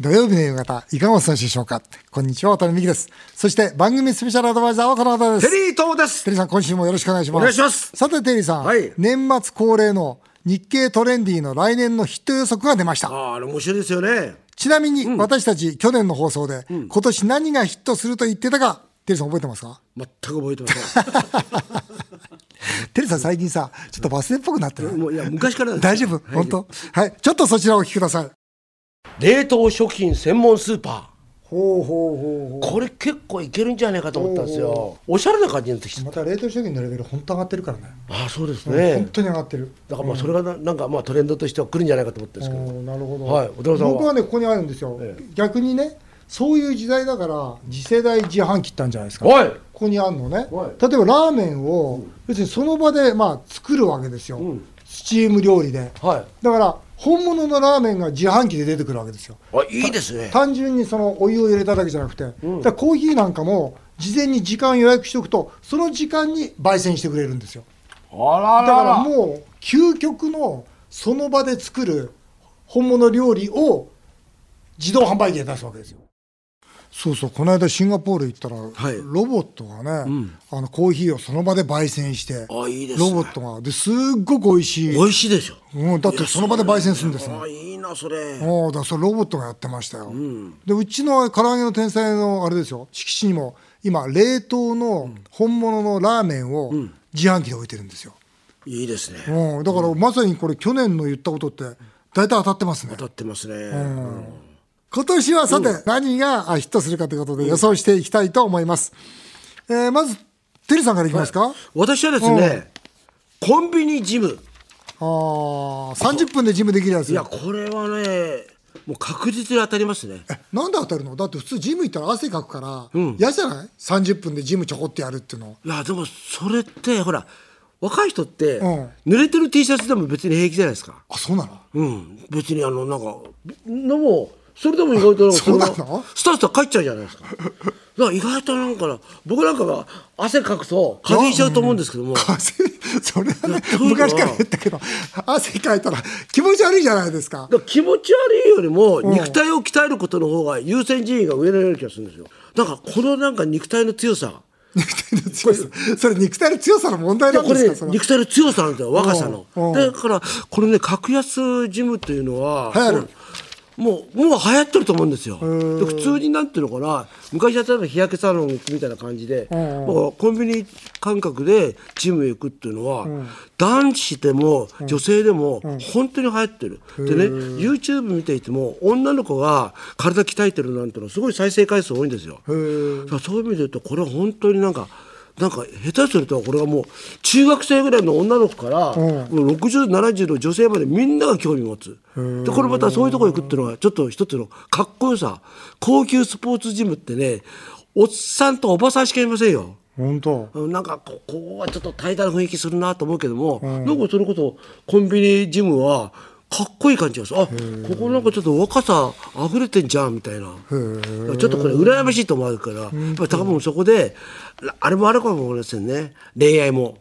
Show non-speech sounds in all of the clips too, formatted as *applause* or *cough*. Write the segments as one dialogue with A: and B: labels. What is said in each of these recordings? A: 土曜日の夕方、いかがお過ごしでしょうかこんにちは、渡辺美希です。そして、番組スペシャルアドバイザーはこの方で
B: テ
A: す。
B: リー友です
A: テリーさん、今週もよろしくお願いします。
B: お願いします
A: さて、テリーさん、
B: はい
A: 年末恒例の日経トレンディの来年のヒット予測が出ました。
B: ああ、あれ面白いですよね。
A: ちなみに、私たち去年の放送で、今年何がヒットすると言ってたか、テリーさん覚えてますか
B: 全く覚えてませ
A: テリーさん最近さ、ちょっと忘れっぽくなってる。 *laughs*
B: ん。もういや、昔からなんです
A: 大丈夫、本当はい。ちょっとそちらをお聞きください。
C: 冷凍食品専門スーパ
A: ほうほうほうほ
C: ーこれ結構いけるんじゃないかと思ったんですよおしゃれな感じになってきた
A: う。また冷凍食品のレベル本当上がってるからね。
C: ああそうですね
A: 当に上がってる。
C: だからまあそれがななんかまあトレンドとしては来るんじゃないかと思ってるんですけど
A: おーなるほど、
C: はい小田さんは
A: 僕はねここにあるんですよ、
C: ええ
A: 逆にねそういう時代だから次世代自販機ってあるんじゃないですか、
C: おい
A: ここにあるのね、
C: は
A: 例えばラーメンを、別にその場でまあ作るわけですよ、
C: うん
A: スチーム料理で
C: は
A: だから本物のラーメンが自販機で出てくるわけですよ
C: いあいいですね
A: 単純にそのお湯を入れただけじゃなくて、
C: ん
A: だからコーヒーなんかも事前に時間予約しておくとその時間に焙煎してくれるんですよ
C: あら
A: だからもう究極のその場で作る本物料理を自動販売機で出すわけですよそうそうこの間シンガポール行ったら、
B: い
A: ロボットがね、あのコーヒーをその場で焙煎して
B: あいいですね
A: ロボットがですっごく美味しい
B: 美味しいでしょ。
A: うん、だってその場で焙煎するんですね
B: ああ、いいな、それ。
A: おおだからそれロボットがやってましたよ、でうちの唐揚げの天才のあれですよ敷地にも今冷凍の本物のラーメンを自販機で置いてるんですよ、
B: いいですね。
A: うん、だからまさにこれ去年の言ったことって大体当たってますね
B: 当たってますね。
A: 今年はさて何があヒットするかということで予想していきたいと思います、えーまずテリさんからいきますか、
B: 私はですね、コンビニジム。
A: あー30分でジムできるやつ
B: いや、これはね、もう確実に当たりますね。
A: なんで当たるのだって普通ジム行ったら汗かくから嫌、じゃない30分でジムちょこってやるっていうの
B: いや、でもそれって、ほら、若い人って、
A: うん
B: 濡れてる T シャツでも別に平気じゃないですか。
A: あそうなの
B: うん、別にあのなんかでもそれでも意外となんか
A: *laughs* そうなの
B: れがスタスタ帰っちゃうじゃないですかだから意外となんかな僕なんかが汗かくと風邪ひいちゃうと思うんですけども、
A: 汗 *laughs* それはね
B: いやというのは
A: 昔から言ったけど汗かいたら気持ち悪いじゃないですか
B: だから気持ち悪いよりも肉体を鍛えることの方が優先順位が上なような気がするんですよだからこのなんか肉体の強さ
A: 肉体の強さそれ肉体の強さの問題
B: いや
A: なん
B: こ
A: です
B: れ、
A: か
B: ね
A: そ、れ
B: 肉体の強さなんですよ若さの
A: うんうん
B: だからこれね格安ジムというのは
A: 流行る
B: もうもう流行ってると思うんですよで普通になんていうのかな昔は例えば日焼けサロン行くみたいな感じで、
A: ん
B: もうコンビニ感覚でジムへ行くっていうのは、男子でも女性でも本当に流行ってる、でね YouTube 見ていても女の子が体鍛えてるなんてのはすごい再生回数多いんですよだからそういう意味で言うとこれは本当になんかなんか下手するとこれはもう中学生ぐらいの女の子から、もう6070の女性までみんなが興味持つでこれまたそういうとこ行くっていうのはちょっと一つのかっこよさ高級スポーツジムってねおっさんとおばさんしかいませんよ。
A: 本当
B: うんなんかこここはちょっと怠惰な雰囲気するなと思うけども、なんかそれこそコンビニジムはかっこいい感じがするあここなんかちょっと若さ溢れてんじゃんみたいなちょっとこれ羨ましいと思うからやっぱり高本そこでらあれもあるかもしれませんね恋愛も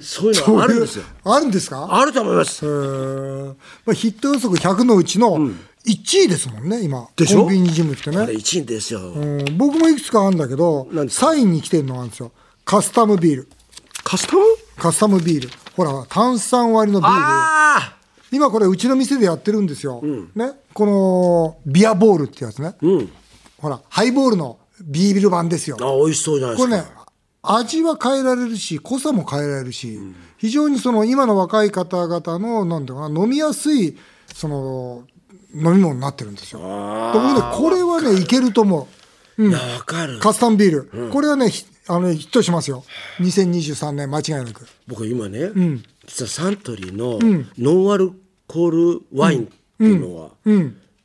B: そういうのあるんですよ
A: あるんですか
B: あると思います
A: えーまあ、ヒット予測100のうちの1位ですもんね、今
B: でしょ
A: コンビニジムって
B: あ
A: ね
B: れ、1位ですよ、
A: うん、僕もいくつかあるんだけど
B: 何ですか
A: 3位に来てるのがあるんですよカスタムビール
B: カスタム
A: カスタムビールほら炭酸割りのビール
B: ああ
A: 今これうちの店でやってるんですよ、ね、このビアボールってやつね、
B: うん
A: ほらハイボールのビール版ですよ
B: あ美味しそうじゃないで
A: こ
B: す
A: れ
B: か
A: ね味は変えられるし濃さも変えられるし、非常にその今の若い方々のなんだかな飲みやすいその飲み物になってるんですよ。で僕ねこれはねいけると思
B: いやわかる
A: うカスタムビール、これはねひあのねヒットしますよ2023年間違いなく。
B: 僕今ね、実はサントリーのノンアルコールワインっていうのは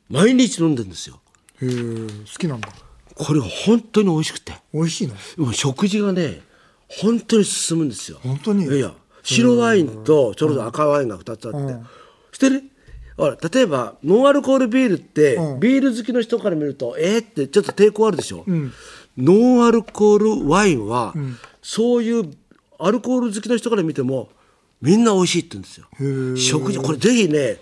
B: 毎日飲んでるんですよ
A: へー好きなんだ
B: これが本当に美味しくて
A: 美味しいの
B: もう食事がね本当に進むんですよ
A: 本当に
B: いやいや白ワインとそれぞれ赤ワインが2つあって、そしてねほら例えばノンアルコールビールって、ビール好きの人から見るとえー、ってちょっと抵抗あるでしょ、ノンアルコールワインは、そういうアルコール好きの人から見てもみんな美味しいって言うんですよ食事これぜひね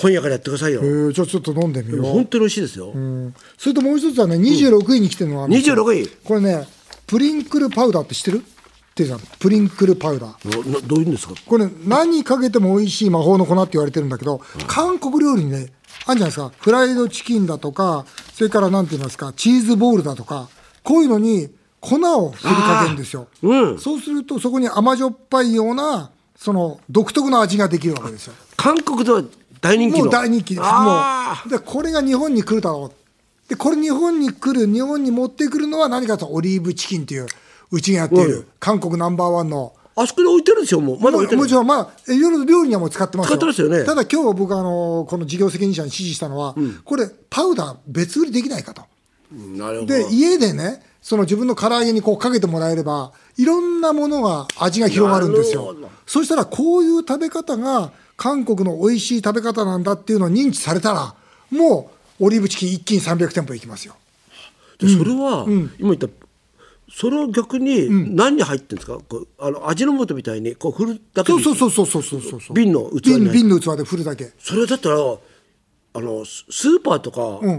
B: 今夜からやってくださいよ
A: え。ー、じゃあちょっと飲んでみよう、
B: 本当に美味しいですよ。
A: うんそれともう一つはね26位に来てるのは、ね
B: 26位
A: これねプリンクルパウダーって知ってるっていうじゃんプリンクルパウダー
B: などういうんですか
A: これ何にかけても美味しい魔法の粉って言われてるんだけど、韓国料理にねあるじゃないですかフライドチキンだとかそれから何て言いますかチーズボールだとかこういうのに粉を振りかけるんですよ、
B: うん
A: そうするとそこに甘じょっぱいようなその独特の味ができるわけですよ
B: 韓国では大人気の。
A: もう大人気です
B: あ
A: もうでこれが日本に来るだろうでこれ日本に来る日本に持ってくるのは何かとオリーブチキンっていううちがやっている、韓国ナンバーワンの
B: あそこに置いてるんですよ、もう。まだ
A: も
B: 置いて
A: う
B: る
A: もちろん、まあ、いろいろ料理にはもう使ってますよ
B: 使ってますよね
A: ただ今日僕あのこの事業責任者に指示したのは、これパウダー別売りできないかと
B: うんなるほど。
A: で家でねその自分の唐揚げにこうかけてもらえればいろんなものが味が広がるんです
B: な
A: よ
B: るほど
A: そしたらこういう食べ方が韓国の美味しい食べ方なんだっていうのを認知されたらもうオリーブチキン一気に300店舗いきますよ
B: でそれは、今言ったそれは逆に何に入ってるんですか、こうあの味の素みたいにこう振るだけ
A: そ
B: で
A: うそうそうそうそうそうそう
B: 瓶の器に
A: 瓶瓶の器で振るだけ
B: それだったらあのススーパーとか、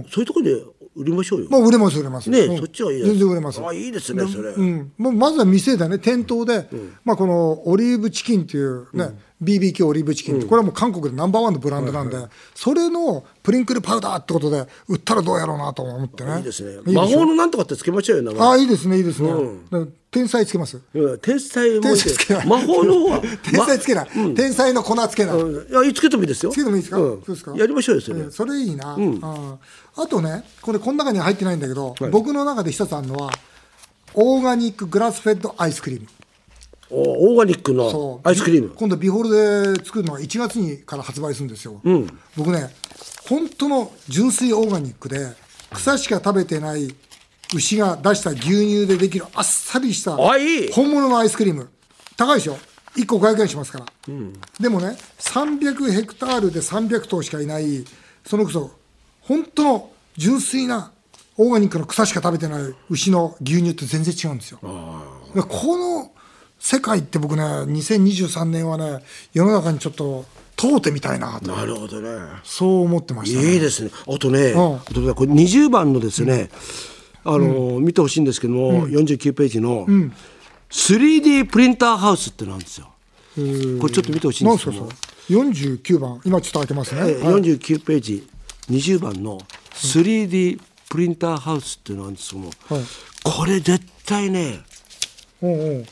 B: そういうところで売りましょうよ、
A: もう売れます売れます
B: ねえ
A: うん
B: そっちはいい
A: 全然売れます
B: あいいですねそれ、
A: うん、もうまずは店だね店頭で、まあ、このオリーブチキンっていう、ね BBQ オリーブチキンってこれはもう韓国でナンバーワンのブランドなんで、それのプリンクルパウダーってことで売ったらどうやろうなと思ってね
B: いいですね
A: いい
B: 魔
A: でしょ
B: 法のなんとかってつけましょうよ名
A: ああ
B: 前
A: いいですねいいですね、だから天才つけます
B: うん天才も
A: 天
B: い
A: 才つ
B: て
A: けない
B: 魔法の方は
A: *laughs* 天才つけない、
B: まうん
A: 天才の粉つけない、
B: うんいやつけてもいいですよ
A: つけてもいいですか
B: うん
A: そうですか
B: やりましょうよそれ、
A: うんそれいいな、ああとねこれこの中には入ってないんだけど、僕の中で一つあるのはオーガニックグラスフェッドアイスクリーム
B: おオーガニックの
A: そう
B: アイスクリーム
A: 今度ビホールで作るのが1月にから発売するんですよ、僕ね本当の純粋オーガニックで草しか食べてない牛が出した牛乳でできるあっさりした
B: あいい
A: 本物のアイスクリーム高いでしょ1個500円しますから、でもね300ヘクタールで300頭しかいないそのこそ本当の純粋なオーガニックの草しか食べてない牛の牛乳って全然違うんですよでこの世界って僕ね2023年はね世の中にちょっと問うてみたいなと
B: なるほどね
A: そう思ってました、ね、
B: いいですね。あとね、
A: ん
B: あとねこれ20番のですね、あの、見てほしいんですけども、49ページの、3D プリンターハウスってなんですよ。これちょっと見てほしいん
A: なん
B: で
A: ですすか
B: けど
A: そ
B: も
A: れ、49番今ちょっと開けますね、
B: え
A: はい
B: 49ページ20番の 3D プリンターハウスってなんですけども、
A: はい
B: これ絶対ね、
A: うんうん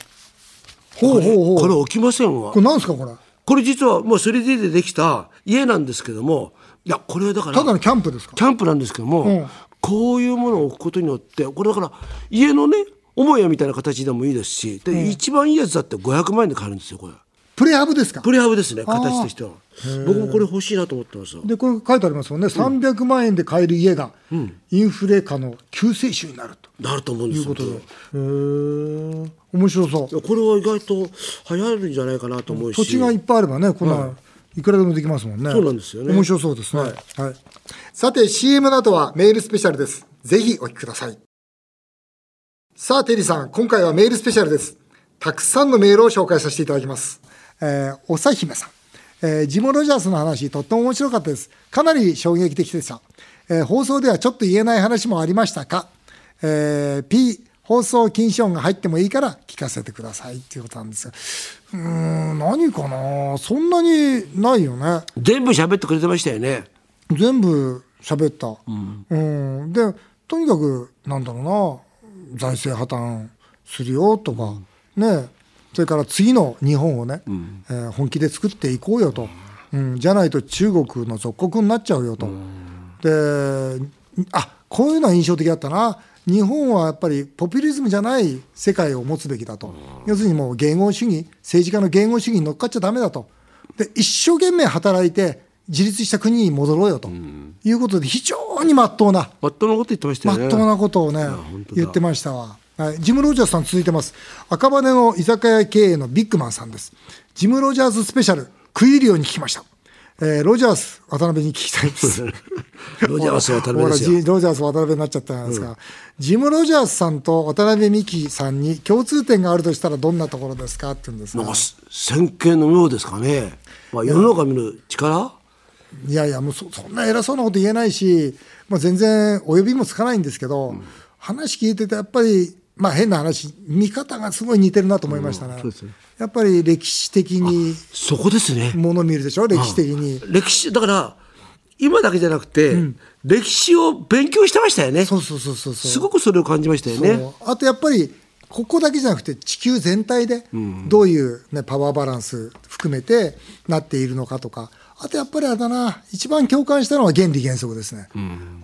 A: ほうほうほう
B: これ起きませんわ
A: こ。れなんですかこれ
B: これ実はもう 3D でできた家なんですけども、いやこれはだから
A: ただのキャンプですか
B: キャンプなんですけども、
A: うん
B: こういうものを置くことによってこれだから家のね母屋みたいな形でもいいですしで、一番いいやつだって500万円で買えるんですよこれ
A: プレハブですか
B: プレハブですね形としては僕もこれ欲しいなと思ってますよ
A: でこれ書いてありますもんね、300万円で買える家が、インフレ下の救世主になると
B: なると思うんですよ本
A: へえ面白そう
B: 当にこれは意外と流行るんじゃないかなと思うし
A: 土地がいっぱいあればねこんなんいくらでもできますもんね
B: そうなんですよね
A: 面白そうですね、はいさて CM の後はメールスペシャルですぜひお聞きくださいさあテリーさん今回はメールスペシャルですたくさんのメールを紹介させていただきます、えー、おさひめさん、えージモ・ロジャースの話とっても面白かったですかなり衝撃的でした、えー放送ではちょっと言えない話もありましたか、えー P 放送禁止音が入ってもいいから聞かせてくださいっていうことなんですがうーん何かなそんなにないよね
B: 全部喋ってくれてましたよね
A: 全部喋った、うんでとにかくなんだろうな財政破綻するよとか、ねそれから次の日本をね、えー本気で作っていこうよと、うん、じゃないと中国の属国になっちゃうよと、であこういうのは印象的だったな日本はやっぱりポピュリズムじゃない世界を持つべきだと、要するにもう言語主義政治家の言語主義に乗っかっちゃだめだと。で一生懸命働いて自立した国に戻ろうよということで非常にまっとうな
B: まっとうなこと言ってました
A: ま
B: よね
A: っとうなことをね
B: 本当だ
A: 言ってましたわ、はい、ジム・ロジャースさん続いてます赤羽の居酒屋経営のビッグマンさんですジム・ロジャーススペシャル食い入るように聞きました、えーロジャース渡辺に聞きたいです
B: *laughs* ロジャース渡辺
A: ほら
B: ですよ
A: ジロジャース渡辺になっちゃったじゃないですか、ジム・ロジャースさんと渡辺美樹さんに共通点があるとしたらどんなところですかって言うんです
B: なん
A: が
B: か先見の妙ですかね、まあ、世の中見る力
A: いやいや、もうそそんな偉そうなこと言えないし、まあ、全然お呼びもつかないんですけど、話聞いてて、やっぱり、まあ、変な話、見方がすごい似てるなと思いましたね。
B: そうですね
A: やっぱり歴史的に
B: そこですね。
A: もの見るでしょ、歴史的に。
B: 歴史だから今だけじゃなくて、歴史を勉強してましたよね。
A: そうそうそうそうそう。
B: すごくそれを感じましたよね。
A: あとやっぱりここだけじゃなくて地球全体でどういう、ね、パワーバランス含めてなっているのかとかあとやっぱりあれだな一番共感したのは原理原則ですね、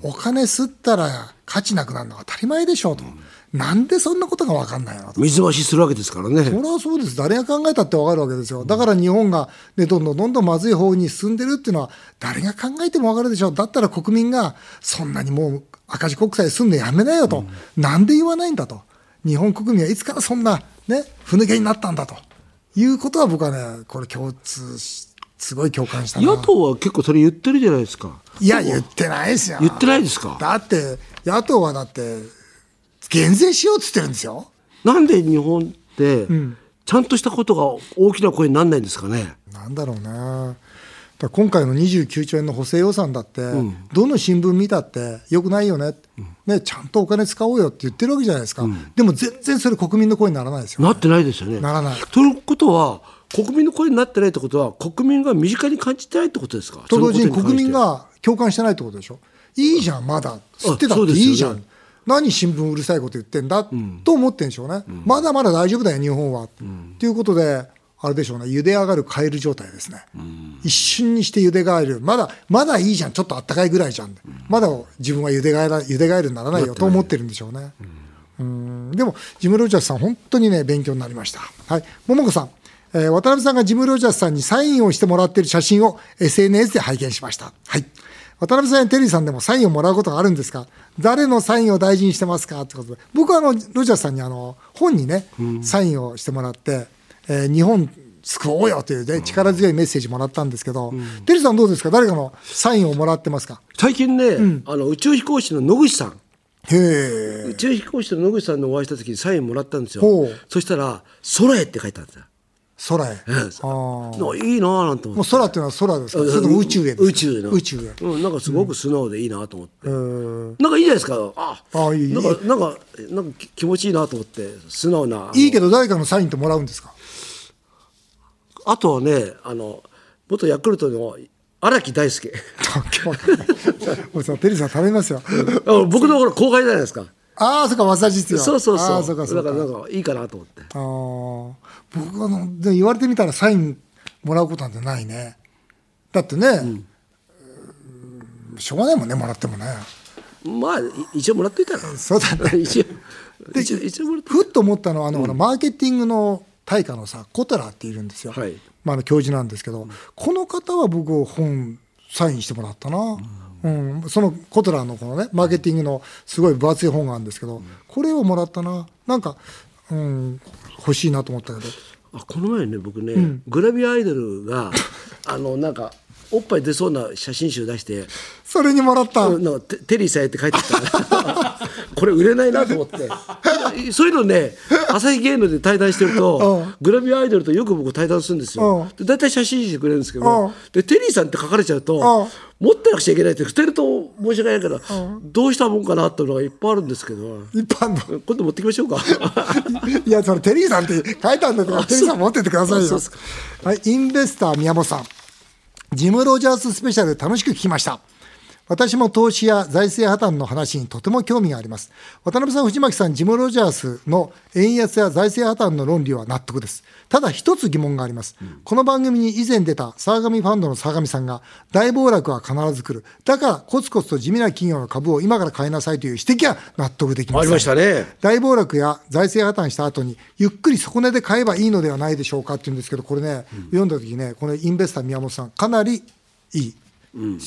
A: お金吸ったら価値なくなるのは当たり前でしょうと、なんでそんなことが分かんないのと。
B: 水増しするわけですから
A: そ
B: ね。
A: れはそうです誰が考えたって分かるわけですよだから日本が、ね、どんどんどんどんまずい方に進んでるっていうのは誰が考えても分かるでしょうだったら国民がそんなにもう赤字国債すんのやめなよと、なんで言わないんだと日本国民はいつからそんな、ね、ふぬけになったんだということは僕はねこれ共通しすごい共感したな
B: 野党は結構それ言ってるじゃないですか。
A: いや言ってないですよ
B: 言ってないですか。
A: だって野党はだって減税しようっつってるんですよ
B: なんで日本ってちゃんとしたことが大きな声にならないんですかね。
A: なんだろうな。だから今回の29兆円の補正予算だって、どの新聞見たってよくないよね,、ね、ちゃんとお金使おうよって言ってるわけじゃないですか、でも全然それ、国民の声にならないですよ、
B: なってないですよね。
A: ならない
B: ということは国民の声になってないってことは国民が身近に感じてないってことですか。
A: と同時に
B: そのこと
A: 国
B: 関し
A: 民
B: て
A: が共感してないってことでしょ、いいじゃん、まだ、吸ってたっ
B: そう
A: て
B: ですよね
A: いいじゃん、何新聞うるさいこと言ってんだ、と思ってんでしょうね、まだまだ大丈夫だよ、日本は。と、いうことで、あれでしょうね、茹で上がるカエル状態ですね、一瞬にして茹で返る、まだまだいいじゃん、ちょっとあったかいぐらいじゃん、まだ自分は茹で返ら茹で返るにならないよと思ってるんでしょうね。うんでも、ジム・ロジャースさん、本当にね、勉強になりました。はい。桃子さん、えー渡辺さんがジム・ロジャースさんにサインをしてもらってる写真を SNS で拝見しました。はい。渡辺さんやテリーさんでもサインをもらうことがあるんですか誰のサインを大事にしてますかってことで、僕はあの、ロジャースさんにあの、本にね、サインをしてもらって、えー日本救おうよというね、力強いメッセージもらったんですけど、テリーさんどうですか誰かのサインをもらってますか
B: 最近ね、あの宇宙飛行士の野口さん。
A: へえ。
B: 宇宙飛行士の野口さんのお会いした時にサインもらったんですよ
A: ほう
B: そしたら「空へ」って書いてあった
A: 空へ。
B: んですよいいなぁなんて思
A: もう
B: って
A: 空っていうのは空ですかそれとも宇宙へですか
B: 宇宙の
A: 宇宙へ。
B: うん、なんかすごく素直でいいなと思って、なんかいいじゃないですかあ
A: あいい
B: なんかなんかなんか気持ちいいなと思って素直なあの
A: いいけど誰かのサインってもらうん
B: *laughs*
A: ですか
B: あとはねあの元ヤクルトの荒木大輔 *laughs*
A: もうさ、テリーさん食べますよ。
B: あの僕のほら後輩じゃないですか
A: ああ、そっか、わさ実
B: そうそう
A: あ
B: そ
A: あ、
B: う
A: そっか、そっか。
B: だ
A: あ
B: からなんかいいかなと思って
A: あー僕はあの、でも言われてみたらサインもらうことなんてないね。だってね、うんしょうがないもんね、もらってもね。
B: まあい一応もらっといたら
A: そうだね。
B: *laughs* 一応一応一応もらっといたら
A: ふっと思ったのはあの、ほらマーケティングの大家のさコタラっているんですよ、
B: はい
A: まあ、あの教授なんですけど、この方は僕を本サインしてもらったな、うんそのコタラのこのねマーケティングのすごい分厚い本があるんですけど、これをもらったななんか、うん、欲しいなと思ったけど
B: あこの前ね僕ね、グラビアアイドル *laughs* があのなんかおっぱい出そうな写真集出して
A: それにもらった、
B: なんかテテリーさんやって書いてた *laughs* これ売れないなと思 *laughs* ってそういうのね朝日芸能で対談してると、グラビアアイドルとよく僕対談するんですよ、
A: う
B: で大体写真集してくれるんですけ
A: う
B: ど
A: ん
B: でテリーさんって書かれちゃうと、持ってなくちゃいけないって捨てると申し訳ないから、どうしたもんかなっていうのがいっぱいあるんですけど
A: 一般の
B: 今度持ってきましょうか
A: いやそれテリーさんって書いたんだからテリーさん持ってってください
B: あそ
A: よ
B: うですか
A: はいインベスター宮本さんジム・ロジャーススペシャル楽しく聞きました。私も投資や財政破綻の話にとても興味があります。渡辺さん、藤巻さん、ジム・ロジャースの円安や財政破綻の論理は納得です。ただ一つ疑問があります。この番組に以前出た沢上ファンドの沢上さんが大暴落は必ず来る。だからコツコツと地味な企業の株を今から買いなさいという指摘は納得できま
B: *laughs* あ
A: せ
B: り
A: ん。
B: ましたね
A: 大暴落や財政破綻した後に、ゆっくり底値で買えばいいのではないでしょうかって言うんですけど、これね、読んだ時ね、このインベスター宮本さん、かなりいい。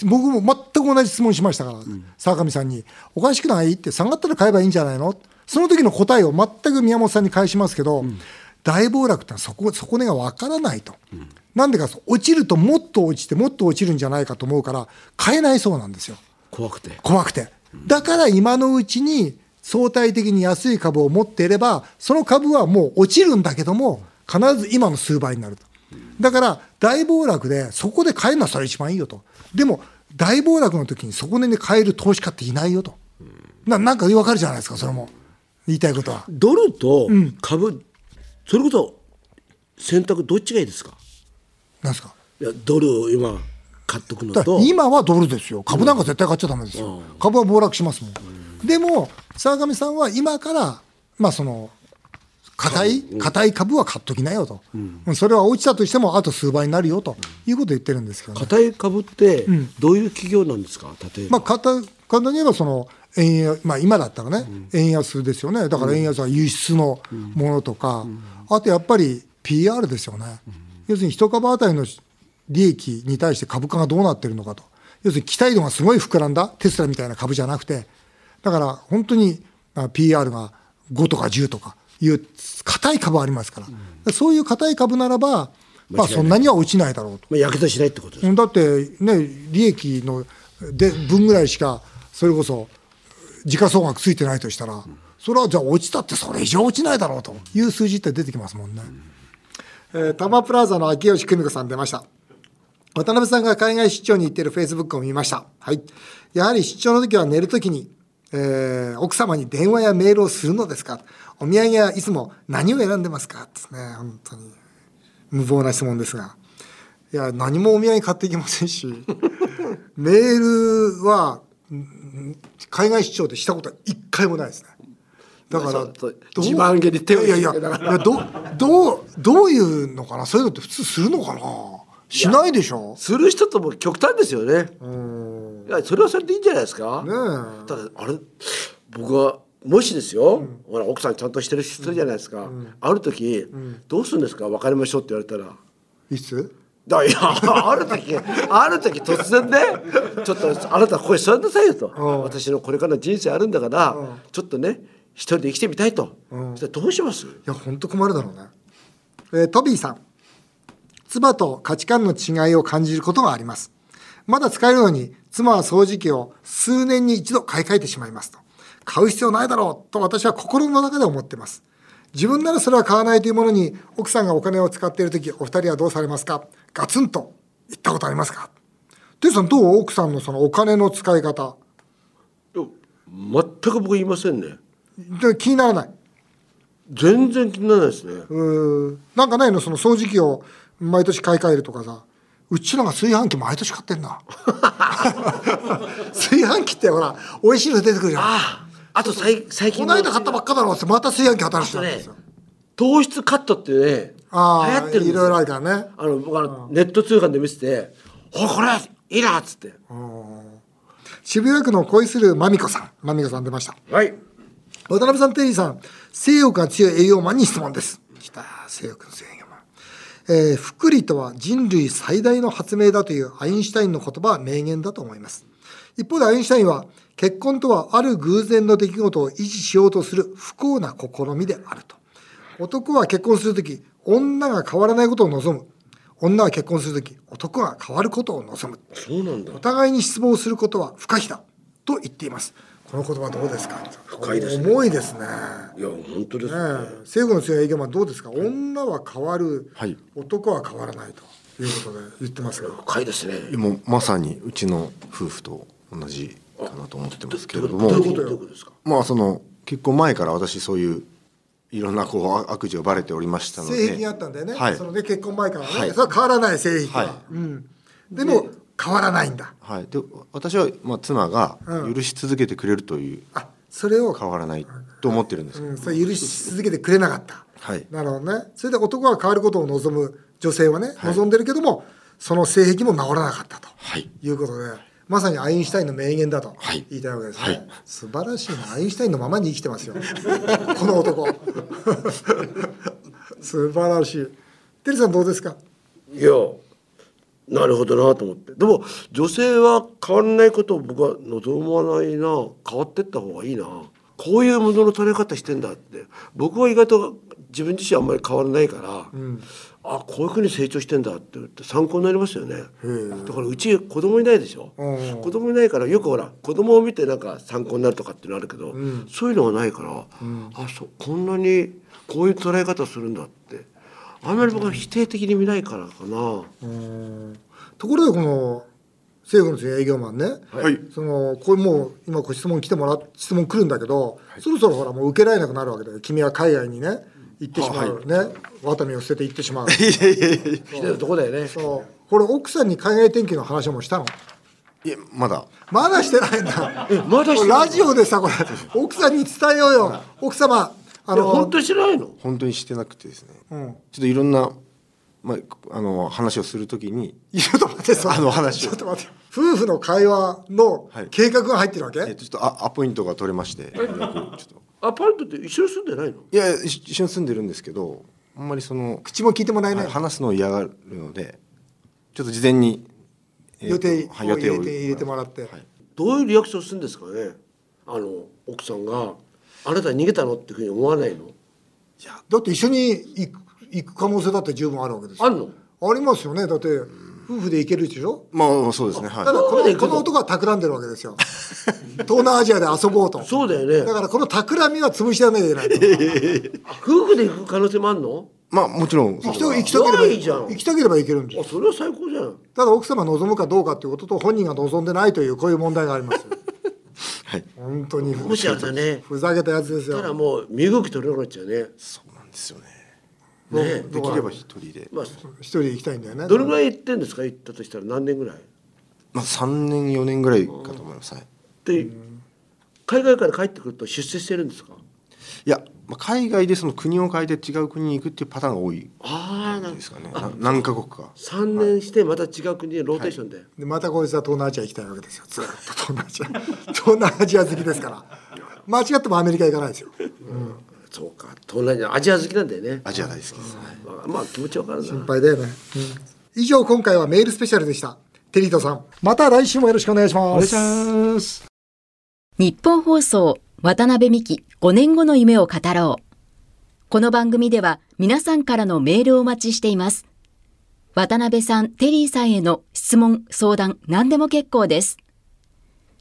A: 僕も全く同じ質問しましたから、坂上さんに、おかしくないって、下がったら買えばいいんじゃないのその時の答えを全く宮本さんに返しますけど、大暴落ってのはそこ底値がわからないと、なんでかそう、落ちるともっと落ちて、もっと落ちるんじゃないかと思うから、買えないそうなんですよ。
B: 怖くて
A: 怖くて。だから今のうちに相対的に安い株を持っていれば、その株はもう落ちるんだけども、必ず今の数倍になると。
D: だから大暴落でそこで買えるのはそれ一番いいよとでも大暴落の時にそこで、ね、買える投資家っていないよとななんか分かるじゃないですかそれも言いたいことは
E: ドルと株、それこそ選択どっちがいいですか
D: なんですか
E: いやドルを今買っとくの
D: だから
E: と
D: 今はドルですよ株なんか絶対買っちゃダメですよ、株は暴落しますもん、でも沢上さんは今からまあその硬い硬い株は買っときなよと、それは落ちたとしてもあと数倍になるよということを言ってるんですけどね、
E: 硬い株ってどういう企業なんですか例え
D: ま
E: ば、
D: あ、簡単簡単に言えばその円安、まあ、今だったらね、円安ですよねだから円安は輸出のものとか、あとやっぱり PR ですよね、要するに一株当たりの利益に対して株価がどうなってるのかと要するに期待度がすごい膨らんだテスラみたいな株じゃなくてだから本当にあ PR が5とか10とかいう硬い株ありますから、そういう硬い株ならば、まあ、そんなには落ちないだろうと。
E: まあ、やけどしないってことです
D: うんだってね利益ので分ぐらいしかそれこそ時価総額ついてないとしたらそれはじゃあ落ちたってそれ以上落ちないだろうという数字って出てきますもんね。
A: えー、タマプラザの秋吉久美子さん出ました。渡辺さんが海外出張に行っているフェイスブックを見ました。はい。やはり出張の時は寝る時に、えー奥様に電話やメールをするのですかお土産はいつも何を選んでますかですね。本当に。無謀な質問ですが。いや、何もお土産買っていきませんし、 *laughs* メールは、ん海外出張でしたことは一回もないですね。だから、
B: ちょっと
A: どう
B: 自慢げに手を
A: いやいやい
B: 広げな
A: や
B: が
A: いやどどうどういうのかなそういうのって普通するのかなしないでしょ
B: する人とも極端ですよね。いやそれはそれでいいんじゃないですか。
A: ね
B: ただあれ僕はもしですよ、ほら奥さんちゃんとしてる人するじゃないですか。ある時、どうするんですか別れましょうって言われたら。
A: いつ
B: だいやある時ある時突然ねちょっとあなたここに座んなさいよと、私のこれからの人生あるんだから、ちょっとね一人で生きてみたいと、そしたらどうします
A: いや本当困るだろうね、えートビーさん妻と価値観の違いを感じることがありますまだ使えるのに妻は掃除機を数年に一度買い替えてしまいますと買う必要ないだろうと私は心の中で思ってます自分ならそれは買わないというものに奥さんがお金を使っている時お二人はどうされますかガツンと言ったことありますかてさんどう奥さんのそのお金の使い方
B: いや全く僕言いませんね
A: で気にならない
B: 全然気にならないですね
A: うーなんかないのその掃除機を毎年買い替えるとかさうちのが炊飯器毎年買ってんな *laughs* 炊飯器ってほら美味しいの出てくるじゃん
B: ああとさい最
A: こ
B: 近
A: の間買ったばっかだろうってまた炊飯器新しくな
B: あと
A: るん
B: ね
A: ですよ
B: 糖質カットってね流
A: ああ
B: 行ってるんです
A: いろいろあ
B: よ
A: るからね
B: あの僕あのネット通販で見せて「おこれいいな」っつって
A: 渋谷区の恋するまみこさんまみこさん出ました
B: はい
A: 渡辺さん、テリーさん、性欲が強い栄養マンに質問です。きた、性欲の強い栄養マン。えー福利とは人類最大の発明だというアインシュタインの言葉は名言だと思います。一方でアインシュタインは、結婚とはある偶然の出来事を維持しようとする不幸な試みであると。男は結婚するとき、女が変わらないことを望む。女は結婚するとき、男が変わることを望む。
B: そうなんだ
A: お互いに失望することは不可避だと言っていますこの言葉どうですか
B: 深いですね
A: 重いですね
B: いや本当です
A: え
B: ね
A: え性欲の強い営業マンどうですか女は変わる、
F: はい
A: 男は変わらないということで言ってますが
B: 深いですね
F: もうまさにうちの夫婦と同じかなと思ってますけれど
B: ど
F: も
B: ういうことどういうことですか
F: まあその結婚前から私そういういろんなこう悪事がバレておりましたので
A: 性癖があったんだよね、
F: はい
A: そのね結婚前からね、
F: はい
A: それは変わらない性癖は、
F: はい
A: うん、でも変わらないんだ
F: はい、で私は、まあ、妻が
A: うん
F: 許し続けてくれるという、
A: あそれを
F: 変わらないと思ってるんですけ
A: う
F: ど、
A: ん、それ許し続けてくれなかった、
F: はい
A: なるほどねそれで男が変わることを望む女性はね、望んでるけどもその性癖も治らなかったと、
F: はい
A: いうことでまさにアインシュタインの名言だと
F: はい
A: 言いたいわけですね、
F: はい
A: 素晴らしいなアインシュタインのままに生きてますよこの
F: *laughs*
A: 男素晴らしいテリーさんどうですか
B: いやなるほどなと思ってでも女性は変わらないことを僕は望まないな変わってった方がいいなこういうものの取れ方してんだって僕は意外と自分自身あんまり変わらないから、あこういうふうに成長してんだって言って参考になりますよねだからうち子供いないでしょ子供いないからよくほら子供を見てなんか参考になるとかっていうのあるけど、そういうのがないから、あそうこんなにこういう捉え方するんだってあんまり僕は否定的に見ないからかな。
A: ところでこの政府の営業マンね、
F: はい
A: そのこれもう今ご質問来てもら質問来るんだけど、そろそろほらもう受けられなくなるわけだよ君は海外にね行ってしまう、ねワタミを捨てて行ってし
B: *laughs*
A: まう
B: 来てるとこだよね。
A: そうこれ奥さんに海外転勤の話もしたの
F: いやまだ
A: まだしてないん
B: *laughs*
A: だ
B: まだしてな
A: ラ
B: い
A: ジオでさこれ奥さんに伝えようよ奥様あ
B: いや
A: の
B: 本当に知らないの。
F: 本当にしてなくてですね、
A: ん
F: ちょっといろんな、まあ、あの話をするときに
A: いや *laughs* ちょっと待ってさ
F: あの話
A: ち
F: を
A: ょっと待って夫婦の会話の
F: はい
A: 計画が入ってるわけ、
F: えちょっとアアポイントが取れましてようやくちょっと
B: アパルトって一緒に住んでないの。
F: いやいや一緒に住んでるんですけどあんまりその、
A: 口も聞いてもらえない、
F: はい話すのを嫌がるのでちょっと事前に、えー
A: 予定を
F: はい
A: 入れて入れてもらって、
F: はい
B: どういうリアクションするんですかね。あの奥さんがあなた逃げたのっていうふうに思わないの。
A: だって一緒に行く行く可能性だって十分あるわけです
B: あ
A: よ
B: んの。
A: ありますよねだって夫婦で行けるでしょ
F: まあそうですね
A: ただ
F: は
A: こ
B: 夫婦で
A: の
B: 行く
A: こ
B: の
A: の男は企んでるわけですよ *laughs* 東南アジアで遊ぼうと
B: そうだよね
A: だ。からこの企みは潰してやらなきゃいけない
B: 夫婦で行く可能性もあるの。
F: いまあもちろんそ
A: 行き
F: れ
A: た
F: は
A: 行きたければ
B: ないじゃん
A: 行きたければ行けるんです
B: あそれは最高じゃん。
A: ただ奥様望むかどうかということと本人が望んでないというこういう問題がありますよ
F: はい
A: 本当に
B: もしあれだね。
A: ふざけたやつです
B: たら
A: よ
B: もう身動き取れなくなっちゃうね。
F: そうなんですよね
B: ね
F: できれば一人で、
B: まあ
A: 一人で行きたいんだよね
B: どれぐらい行ってんですか行ったとしたら何年ぐらい。
F: まあ、3年4年ぐらいかと思います、はい、
B: で海外から帰ってくると出世してるんですか。
F: いや、まあ、海外でその国を変えて違う国に行くっていうパターンが多い
B: ああなん
F: で
B: か
F: すかねな何カ国か
B: 三年してまた違う国でローテーションで。
A: でまたこいつは東南アジア行きたいわけですよずっと東南アジア *laughs* 東南アジア好きですから間違ってもアメリカ行かないですよ
B: そうか東南アジアアジア好きなんだよね。
F: アジア大好きです、はい
B: まあ、まあ気持ちわかるな。
A: 心配だよね、以上今回はメールスペシャルでしたテリートさんまた来週もよろしくお願いします
G: 日本放送渡辺美希5年後の夢を語ろう。この番組では皆さんからのメールをお待ちしています。渡辺さん、テリーさんへの質問、相談、何でも結構です。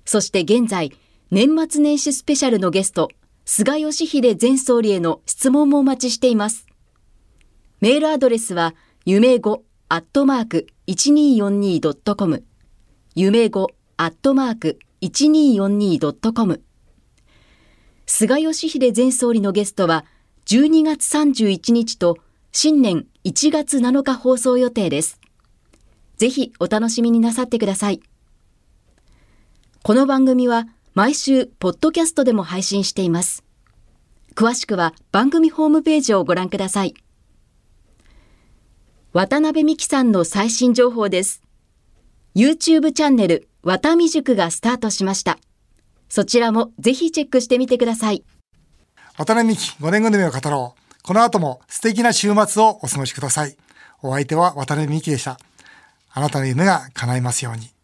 G: そして現在、年末年始スペシャルのゲスト、菅義偉前総理への質問もお待ちしています。メールアドレスは、夢語アットマーク 1242.com 夢語アットマーク 1242.com 菅義偉前総理のゲストは12月31日と新年1月7日放送予定です。ぜひお楽しみになさってください。この番組は毎週ポッドキャストでも配信しています。詳しくは番組ホームページをご覧ください。渡辺美希さんの最新情報です。YouTube チャンネル、わたみ塾がスタートしました。そちらもぜひチェックしてみてください。
A: 渡辺美希5年組を語ろうこの後も素敵な週末をお過ごしくださいお相手は渡辺美希でしたあなたの夢が叶いますように